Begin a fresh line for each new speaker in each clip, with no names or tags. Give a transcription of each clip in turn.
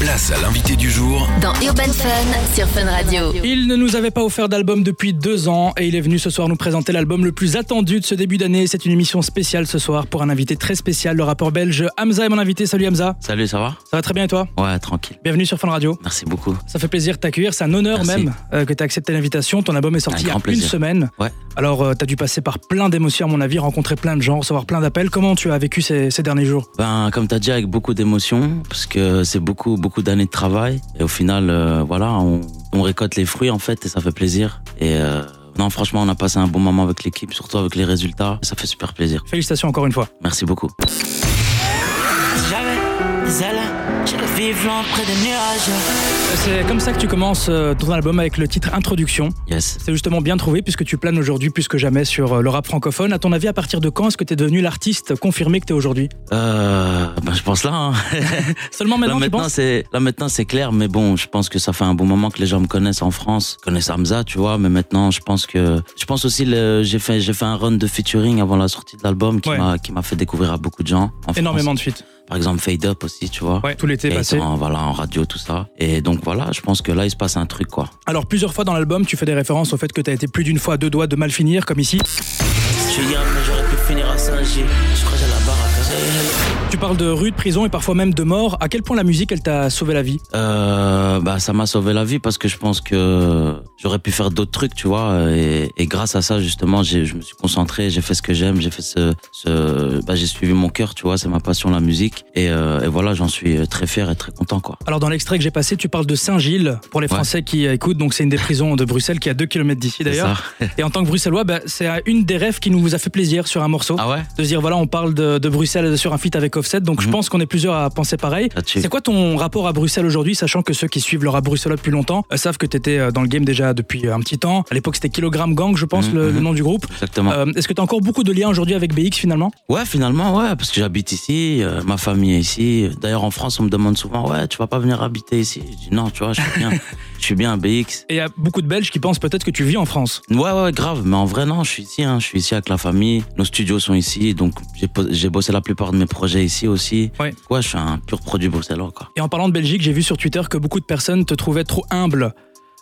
Place à l'invité du jour
Dans Urban Fun sur Fun Radio.
Il ne nous avait pas offert d'album depuis deux ans et il est venu ce soir nous présenter l'album le plus attendu de ce début d'année. C'est une émission spéciale ce soir pour un invité très spécial, le rappeur belge Hamza est mon invité. Salut Hamza,
Salut, ça va
ça va très bien et toi
Ouais, tranquille.
Bienvenue sur Fun Radio.
Merci beaucoup.
Ça fait plaisir de t'accueillir, c'est un honneur
Merci.
même euh, que tu accepté l'invitation. Ton album est sorti
Un
il y a
grand plaisir.
une semaine.
Ouais.
Alors euh, t'as dû passer par plein d'émotions à mon avis, rencontrer plein de gens, recevoir plein d'appels. Comment tu as vécu ces, ces derniers jours
Ben, comme t'as dit, avec beaucoup d'émotions, parce que c'est beaucoup, beaucoup d'années de travail. Et au final, euh, voilà, on, on récolte les fruits, en fait, et ça fait plaisir. Et euh, non, franchement, on a passé un bon moment avec l'équipe, surtout avec les résultats. Ça fait super plaisir.
Félicitations encore une fois.
Merci beaucoup.
J'avais des ailes, j'ai le vivant près des nuages.
Euh, C'est comme ça que tu commences euh, ton album avec le titre Introduction.
Yes.
C'est justement bien trouvé puisque tu planes aujourd'hui plus que jamais sur euh, le rap francophone. À ton avis, à partir de quand est-ce que t'es devenu l'artiste confirmé que t'es aujourd'hui
Euh, ben, je pense là, hein.
Seulement maintenant,
là,
tu
Bah, maintenant
penses
c'est là maintenant c'est clair mais bon je pense que ça fait un bon moment que les gens me connaissent en France connaissent Hamza tu vois mais maintenant je pense que je pense aussi le- j'ai fait j'ai fait un run de featuring avant la sortie de l'album qui
Ouais.
m'a qui m'a fait découvrir à beaucoup de gens en France.
Énormément de suites.
par exemple Fade Up aussi tu vois
Ouais, tout l'été
Et
passé.
en- voilà en radio tout ça et donc voilà je pense que là il se passe un truc quoi
Alors plusieurs fois dans l'album, tu fais des références au fait que t'as été plus d'une fois à deux doigts de mal finir, comme ici.
Je suis young, mais j'aurais pu finir à Saint-Gilles. Je crois que j'ai la barre à faire.
Tu parles de rue, de prison et parfois même de mort. À quel point la musique, elle t'a sauvé la vie
Euh, bah ça m'a sauvé la vie parce que je pense que j'aurais pu faire d'autres trucs tu vois et, et grâce à ça justement j'ai- je me suis concentré j'ai fait ce que j'aime j'ai fait ce, ce bah, j'ai suivi mon cœur tu vois c'est ma passion la musique et, euh, et voilà j'en suis très fier et très content quoi
Alors dans l'extrait que j'ai passé, tu parles de Saint-Gilles, pour les
Ouais.
Français qui euh, écoutent, donc c'est une des prisons de Bruxelles qui est à 2 km d'ici d'ailleurs.
C'est ça.
Et en tant que Bruxellois, bah, c'est euh, une des rêves qui nous a fait plaisir sur un morceau.
ah ouais
de se dire voilà on parle de, de Bruxelles sur un feat avec Offset donc je
Mhm. Ah,
pense qu'on est plusieurs à penser pareil
Là-dessus.
c'est quoi ton rapport à Bruxelles aujourd'hui sachant que ceux qui suivent le rap bruxellois depuis longtemps euh, savent que t'étais euh, dans le game déjà depuis euh, un petit temps à l'époque c'était Kilogram Gang je pense
Mhm,
le, le
mhm.
nom du groupe
exactement
Euh, est-ce que t'as encore beaucoup de liens aujourd'hui avec BX finalement
ouais finalement ouais parce que j'habite ici euh, ma famille est ici d'ailleurs en France on me demande souvent ouais tu vas pas venir habiter ici je dis non tu vois je suis bien je suis bien à BX
et il y a beaucoup de Belges qui pensent peut-être que tu vis en France
Ouais, ouais, grave. Mais en vrai, non, je suis ici. hein. Je suis ici avec la famille. Nos studios sont ici. Donc, j'ai po- j'ai bossé la plupart de mes projets ici aussi.
Ouais.
Ouais, je suis un pur produit bruxellois, quoi.
et en parlant de Belgique j'ai vu sur Twitter que beaucoup de personnes te trouvaient trop humble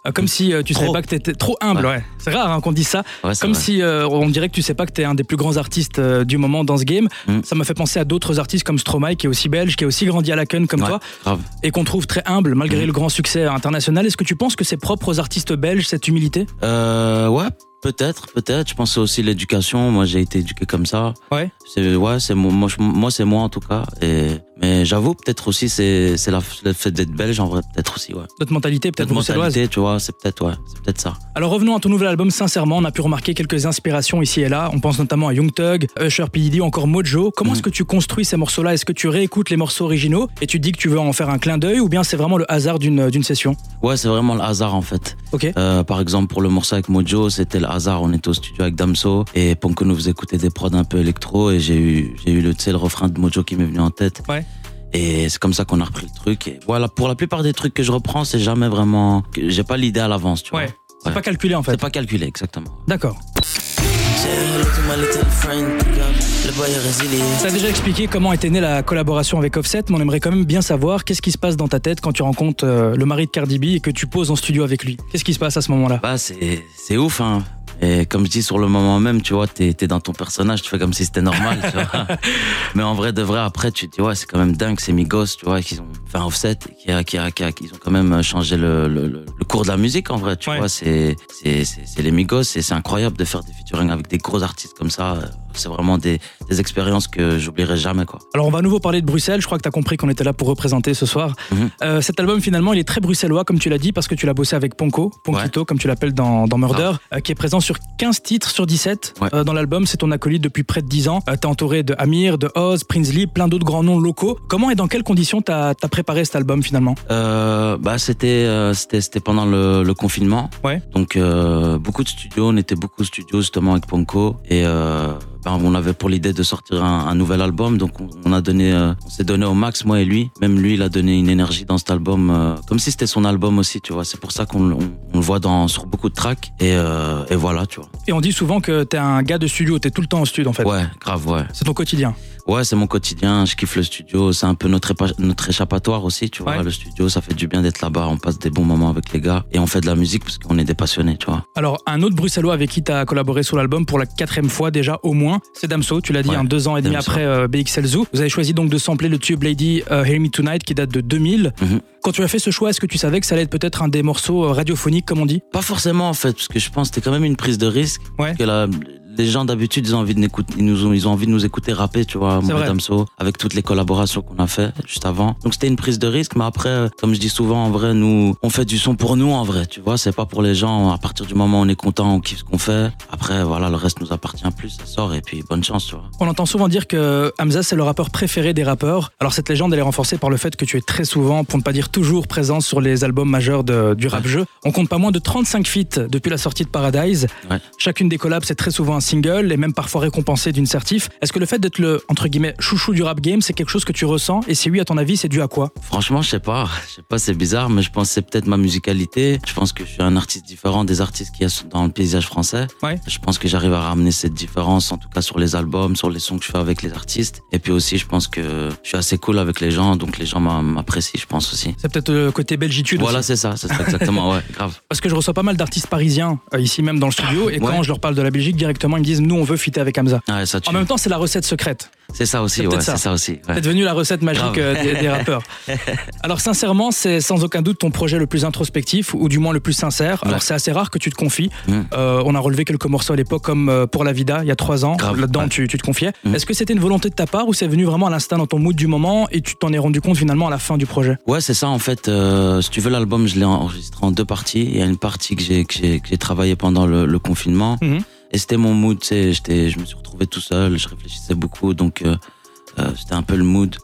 Euh, comme si euh, tu savais
Mmh. Trop.
pas que t'étais trop humble, ouais. C'est rare hein, qu'on dise ça.
Ouais, c'est
Comme
vrai.
si euh, on dirait que tu sais pas que t'es un des plus grands artistes euh, du moment dans ce game.
Mm.
Ça m'a fait penser à d'autres artistes comme Stromae qui est aussi belge, qui a aussi grandi à Laken comme
Ouais,
toi
grave.
et qu'on trouve très humble malgré
Mm.
le grand succès international. Est-ce que tu penses que c'est propre aux artistes belges cette humilité
Euh, ouais, peut-être, peut-être. Je pensais aussi l'éducation. Moi, j'ai été éduqué comme ça.
Ouais.
C'est, ouais, c'est mo- moi, je- moi, c'est moi en tout cas. Et, mais j'avoue, peut-être aussi, c'est, c'est la, le fait d'être belge en vrai, peut-être aussi, ouais.
Notre mentalité peut-être
Peut-être
bruxelloise.
mentalité, tu vois, c'est peut-être, ouais, c'est peut-être ça.
Alors revenons à ton nouvel album. Sincèrement, on a pu remarquer quelques inspirations ici et là. On pense notamment à Young Thug, Usher, P. Diddy ou encore Mojo. Comment
Mm.
est-ce que tu construis ces morceaux-là Est-ce que tu réécoutes les morceaux originaux et tu te dis que tu veux en faire un clin d'œil ou bien c'est vraiment le hasard d'une d'une session
Ouais, c'est vraiment le hasard en fait.
Ok.
Euh, par exemple, pour le morceau avec Mojo, c'était le hasard. On était au studio avec Damso et Ponko nous faisait écouter des prods un peu électro et j'ai eu, j'ai eu le, tu sais, le refrain de Mojo qui m'est venu en tête.
Ouais.
Et c'est comme ça qu'on a repris le truc. Et voilà, pour la plupart des trucs que je reprends, c'est jamais vraiment. que J'ai pas l'idée à l'avance, tu
Ouais.
vois.
C'est pas calculé en fait.
C'est pas calculé, exactement.
D'accord.
J'ai hello to my little friend, pick up. Le boy est résilié.
T'as déjà expliqué comment était née la collaboration avec Offset, mais on aimerait quand même bien savoir qu'est-ce qui se passe dans ta tête quand tu rencontres euh, le mari de Cardi B et que tu poses en studio avec lui. Qu'est-ce qui se passe à ce moment-là
Bah, c'est, c'est ouf, hein. Et comme je dis, sur le moment même, tu vois, t'es, t'es dans ton personnage, tu fais comme si c'était normal, tu vois. Mais en vrai, de vrai, après, tu te dis, ouais, c'est quand même dingue, c'est Migos, tu vois, qu'ils ont fait un offset, qui a, qui a, qui a- qu'ils ont quand même changé le, le, le- le cours de la musique, en vrai, tu
Ouais.
vois. C'est, c'est, c'est, c'est les Migos, et c'est incroyable de faire des featuring avec des gros artistes comme ça. C'est vraiment des, des expériences que j'oublierai jamais, quoi.
Alors on va à nouveau parler de Bruxelles, je crois que t'as compris qu'on était là pour représenter ce soir.
Mhm.
Euh, cet album finalement il est très bruxellois comme tu l'as dit parce que tu l'as bossé avec Ponko, Ponkito comme tu l'appelles dans, dans Murder, euh, qui est présent sur 15 titres sur 17
Ah. Ouais.
euh, dans l'album, c'est ton acolyte depuis près de 10 ans. Euh, t'es entouré de Amir, de Oz, Prinsley, plein d'autres grands noms locaux. Comment et dans quelles conditions t'as t'as préparé cet album finalement
Euh, bah c'était euh, c'était c'était pendant le, le confinement.
Ouais.
Donc euh, beaucoup de studios, on était beaucoup de studios justement avec Ponko et euh, ben, on avait pour l'idée de sortir un, un nouvel album. Donc on, on a donné, euh, on s'est donné au max moi et lui. Même lui, il a donné une énergie dans cet album, euh, comme si c'était son album aussi, tu vois. C'est pour ça qu'on le- on, on le voit dans sur beaucoup de tracks et euh, et voilà, tu vois.
Et on dit souvent que t'es un gars de studio, t'es tout le temps en studio en fait.
Ouais, grave, ouais.
C'est ton quotidien.
Ouais, c'est mon quotidien, je kiffe le studio, c'est un peu notre, épa- notre échappatoire aussi, tu vois.
Ouais.
Le studio, ça fait du bien d'être là-bas, on passe des bons moments avec les gars et on fait de la musique parce qu'on est des passionnés, tu vois.
Alors, un autre Bruxellois avec qui tu as collaboré sur l'album pour la quatrième fois déjà au moins, c'est Damso, tu l'as dit,
Ouais,
hein, deux ans et demi
Damso.
après euh, BXL Zoo. Vous avez choisi donc de sampler le tube Lady euh, Hear Me Tonight qui date de 2000.
Mhm.
Quand tu as fait ce choix, est-ce que tu savais que ça allait être peut-être un des morceaux euh, radiophoniques comme on dit
Pas forcément en fait, parce que je pense que c'était quand même une prise de risque.
Ouais.
Parce Que la- les gens d'habitude, ils ont envie de n'écouter- ils nous ont, ils ont envie de nous écouter rapper, tu vois,
C'est
moi et
vrai.
Damso, avec toutes les collaborations qu'on a fait juste avant. Donc c'était une prise de risque, mais après, euh, comme je dis souvent, en vrai, nous, on fait du son pour nous, en vrai, tu vois, c'est pas pour les gens. À partir du moment où on est content, on kiffe ce qu'on fait. Après, voilà, le reste nous appartient plus, ça sort, et puis bonne chance, tu vois.
On entend souvent dire que Hamza c'est le rappeur préféré des rappeurs. Alors cette légende elle est renforcée par le fait que tu es très souvent, pour ne pas dire toujours, présent sur les albums majeurs de- du rap jeu. On compte pas moins de 35 feats depuis la sortie de Paradise.
Ouais.
Chacune des collabs c'est très souvent un single et même parfois récompensé d'une certif. Est-ce que le fait d'être le entre guillemets chouchou du rap game c'est quelque chose que tu ressens et si oui à ton avis c'est dû à quoi
Franchement, je sais pas. Je sais pas, c'est bizarre, mais je pense que c'est peut-être ma musicalité. Je pense que je suis un artiste différent des artistes qu'il y a dans le paysage français.
Ouais.
Je pense que j'arrive à ramener cette différence, en tout cas sur les albums, sur les sons que je fais avec les artistes. Et puis aussi, je pense que je suis assez cool avec les gens, donc les gens m'a- m'apprécient, je pense aussi.
C'est peut-être le côté belgitude.
Voilà,
aussi.
c'est ça, c'est ça, exactement, ouais, grave.
Parce que je reçois pas mal d'artistes parisiens euh, ici même dans le studio et
Ouais.
quand je leur parle de la Belgique directement ils me disent nous on veut fitter avec Hamza.
Ouais, ça tue.
En même temps c'est la recette secrète.
C'est ça
c'est
aussi,
peut-être
ouais,
ça.
c'est ça aussi. ouais.
C'est devenu la recette magique
Grave.
euh, des, des rappeurs. Alors sincèrement, c'est sans aucun doute ton projet le plus introspectif ou du moins le plus sincère. Alors
Ouais.
c'est assez rare que tu te confies.
Mm.
Euh, on a relevé quelques morceaux à l'époque comme euh, Pour la Vida il y a trois ans.
Grave,
Là-dedans
ouais.
tu, tu te confiais.
Mm.
Est-ce que c'était une volonté de ta part ou c'est venu vraiment à l'instinct dans ton mood du moment et tu t'en es rendu compte finalement à la fin du projet
Ouais, c'est ça en fait. euh, si tu veux, l'album, je l'ai enregistré en deux parties. Il y a une partie que j'ai que j'ai que j'ai travaillé pendant le, le confinement,
Mhm.
et c'était mon mood. Tu sais, j'étais, je me suis retrouvé tout seul, je réfléchissais beaucoup, donc euh, euh, c'était un peu le mood.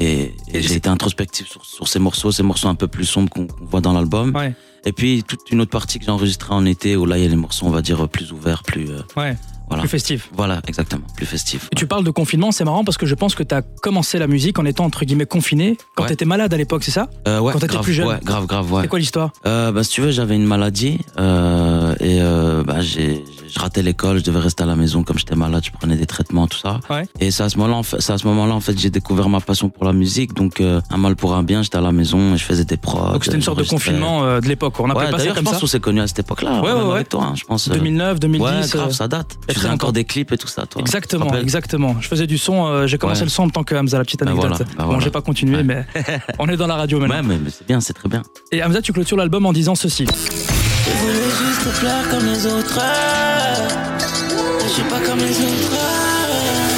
Et, et j'ai été introspectif sur, sur ces morceaux, ces morceaux un peu plus sombres qu'on qu'on voit dans l'album.
Ouais.
Et puis toute une autre partie que j'ai enregistrée en été, où là il y a les morceaux, on va dire plus ouverts, plus euh,
Ouais.
voilà,
Plus festif.
voilà, exactement, plus festifs.
Et tu parles de confinement, c'est marrant parce que je pense que tu as commencé la musique en étant entre guillemets confiné quand
Ouais.
t'étais malade à l'époque, c'est ça
Euh, ouais,
quand t'étais
grave,
plus jeune.
ouais, grave, grave, ouais.
C'est quoi l'histoire
Euh, bah, si tu veux, j'avais une maladie euh, et euh, bah, j'ai, j'ai- je ratais l'école, je devais rester à la maison comme j'étais malade, je prenais des traitements, tout ça.
Ouais.
Et c'est à ce moment-là, en fait, c'est à ce moment-là, en fait, j'ai découvert ma passion pour la musique. Donc, euh, un mal pour un bien, j'étais à la maison et je faisais des prods.
Donc c'était une sorte de
j'enregistrais.
confinement euh, de l'époque. On appelle
Ouais,
pas ça
d'ailleurs,
comme
je pense
ça.
qu'on s'est connus à cette époque-là.
Ouais,
même
ouais, ouais.
Avec toi, hein, je pense. euh,
2009, 2010.
ouais, grave,
euh,
ça date.
et
Tu faisais
très
encore des clips et tout ça, toi. Hein, Tu te
Exactement,
rappelles
exactement. Je faisais du son, euh, j'ai commencé
Ouais.
le son en tant que Hamza, la petite
Bah
anecdote.
voilà, bah
Bon,
voilà.
j'ai pas continué,
Ouais.
mais on est dans la radio maintenant.
Ouais, mais, mais c'est bien, c'est très bien.
Et Hamza, tu clôtures l'album en disant ceci.
Je voulais juste plaire comme les autres. Je suis pas comme les autres.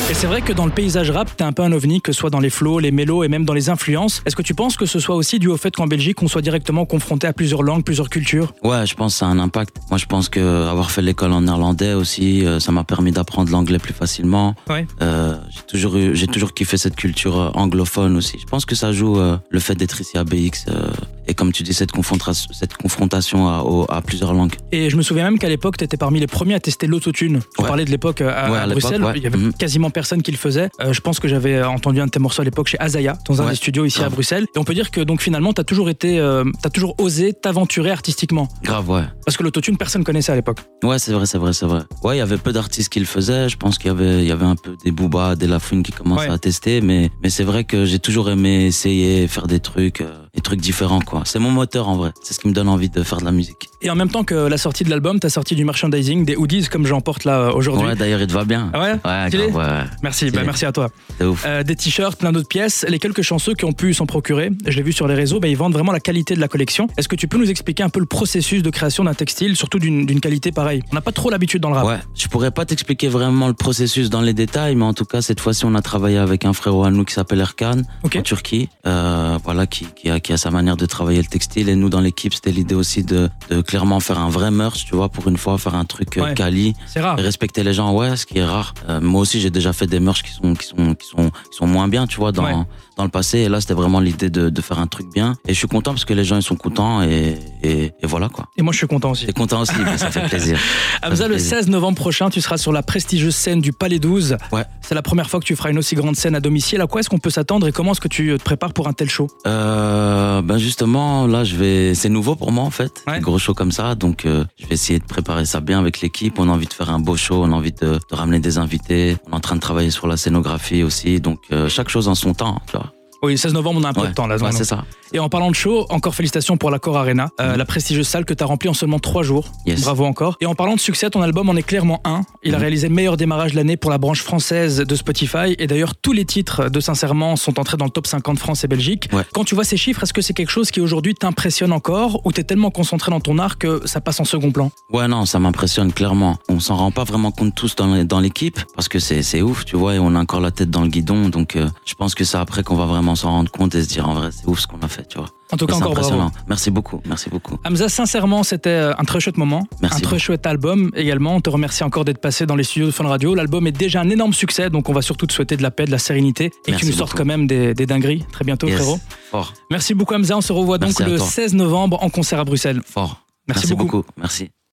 Et c'est vrai que dans le paysage rap, t'es un peu un ovni, que ce soit dans les flots, les mélos et même dans les influences. Est-ce que tu penses que ce soit aussi dû au fait qu'en Belgique, on soit directement confronté à plusieurs langues, plusieurs cultures
Ouais, je pense que ça a un impact. Moi, je pense que euh, avoir fait l'école en néerlandais aussi, euh, ça m'a permis d'apprendre l'anglais plus facilement.
Ouais.
Euh, j'ai toujours eu- j'ai toujours kiffé cette culture euh, anglophone aussi. Je pense que ça joue euh, le fait d'être ici à BX euh, et comme tu dis cette confrontation cette confrontation à, au- à plusieurs langues.
Et je me souviens même qu'à l'époque, t'étais parmi les premiers à tester l'autotune. Tu
Ouais.
parlais de l'époque euh, à,
Ouais, à
à
l'époque,
Bruxelles,
ouais.
il y avait
Mhm.
quasiment personne qui le faisait. Euh, je pense que j'avais entendu un de tes morceaux à l'époque chez Azaya, dans un
Ouais, Ah.
des studios ici à
grave.
Bruxelles. Et on peut dire que donc finalement, t'as toujours été, euh, t'as toujours osé t'aventurer artistiquement,
Grave, ouais.
parce que l'autotune, personne connaissait à l'époque.
Ouais, c'est vrai, c'est vrai, c'est vrai. Ouais, il y avait peu d'artistes qui le faisaient. Je pense qu'il y avait, il y avait un peu des Booba, des Lafouine qui commençaient
Ouais.
à tester, mais, mais c'est vrai que j'ai toujours aimé essayer, faire des trucs, euh, des trucs différents, quoi. C'est mon moteur, en vrai. C'est ce qui me donne envie de faire de la musique.
Et en même temps que la sortie de l'album, t'as sorti du merchandising, des hoodies comme j'en porte là euh, aujourd'hui.
Ouais, d'ailleurs, il te va bien.
Ah ouais
Ouais,
Stylé
grave, ouais.
Merci, bah,
c'est-
merci à toi.
C'est ouf.
Euh, des t-shirts, plein d'autres pièces. Les quelques chanceux qui ont pu s'en procurer, je l'ai vu sur les réseaux, bah, ils vendent vraiment la qualité de la collection. Est-ce que tu peux nous expliquer un peu le processus de création d'un textile, surtout d'une d'une qualité pareille On n'a pas trop l'habitude dans le rap.
Ouais, je pourrais pas t'expliquer vraiment le processus dans les détails, mais en tout cas, cette fois-ci, on a travaillé avec un frérot à nous qui s'appelle Erkan,
Ok.
en Turquie, euh, voilà, qui, qui, a, qui a sa manière de travailler le textile. Et nous, dans l'équipe, c'était l'idée aussi de, de clairement faire un vrai merch, tu vois, pour une fois, faire un truc euh,
Ouais.
quali,
C'est rare.
Et respecter les gens, ouais, ce qui est rare. Euh, moi aussi, j'ai déjà fait des merch qui sont, qui sont, qui sont, qui sont moins bien, tu vois, dans,
Ouais.
dans le passé. Et là, c'était vraiment l'idée de, de faire un truc bien. Et je suis content parce que les gens, ils sont contents et, et et, et voilà quoi.
Et moi, je suis content aussi.
T'es content aussi, mais ça fait plaisir.
Hamza, le
plaisir.
16 novembre prochain, tu seras sur la prestigieuse scène du Palais 12.
Ouais.
C'est la première fois que tu feras une aussi grande scène à domicile. À quoi est-ce qu'on peut s'attendre et comment est-ce que tu te prépares pour un tel show
Euh, ben justement, là, je vais. C'est nouveau pour moi en fait,
Ouais.
un gros show comme ça. Donc, euh, je vais essayer de préparer ça bien avec l'équipe. On a envie de faire un beau show. On a envie de, de ramener des invités. On est en train de travailler sur la scénographie aussi. Donc, euh, chaque chose en son temps. Tu vois.
Oui, le 16 novembre, on a un peu
Ouais.
de temps là.
Ouais,
devant nous.
c'est ça. Mm-hmm.
et en parlant de show, encore félicitations pour la Core Arena, euh, la prestigieuse salle que tu as remplie en seulement 3 jours.
Yes.
Bravo encore. Et en parlant de succès, ton album en est clairement un. Il a
Mhm.
réalisé le meilleur démarrage de l'année pour la branche française de Spotify. Et d'ailleurs, tous les titres de Sincèrement sont entrés dans le top 50 France et Belgique.
Ouais.
Quand tu vois ces chiffres, est-ce que c'est quelque chose qui aujourd'hui t'impressionne encore ou t'es tellement concentré dans ton art que ça passe en second plan
Ouais, non, ça m'impressionne clairement. On s'en rend pas vraiment compte tous dans, dans l'équipe parce que c'est c'est ouf, tu vois, et on a encore la tête dans le guidon. Donc, euh, je pense que c'est après qu'on va vraiment s'en rendre compte et se dire en vrai, c'est ouf ce qu'on a fait, tu vois.
En tout
Et
cas,
C'est
encore bravo.
impressionnant. Merci beaucoup, merci beaucoup.
Hamza, sincèrement, c'était euh, un très chouette moment,
Merci
un très
beaucoup.
chouette album également. On te remercie encore d'être passé dans les studios de Fun Radio. L'album est déjà un énorme succès, donc on va surtout te souhaiter de la paix, de la sérénité et que tu
Merci
nous sortes
beaucoup.
quand même des, des dingueries très bientôt,
Yes.
frérot.
Fort,
Merci beaucoup, Hamza. On se revoit
Merci
donc
à
le
toi.
16 novembre en concert à Bruxelles.
fort.
Merci, beaucoup.
Merci.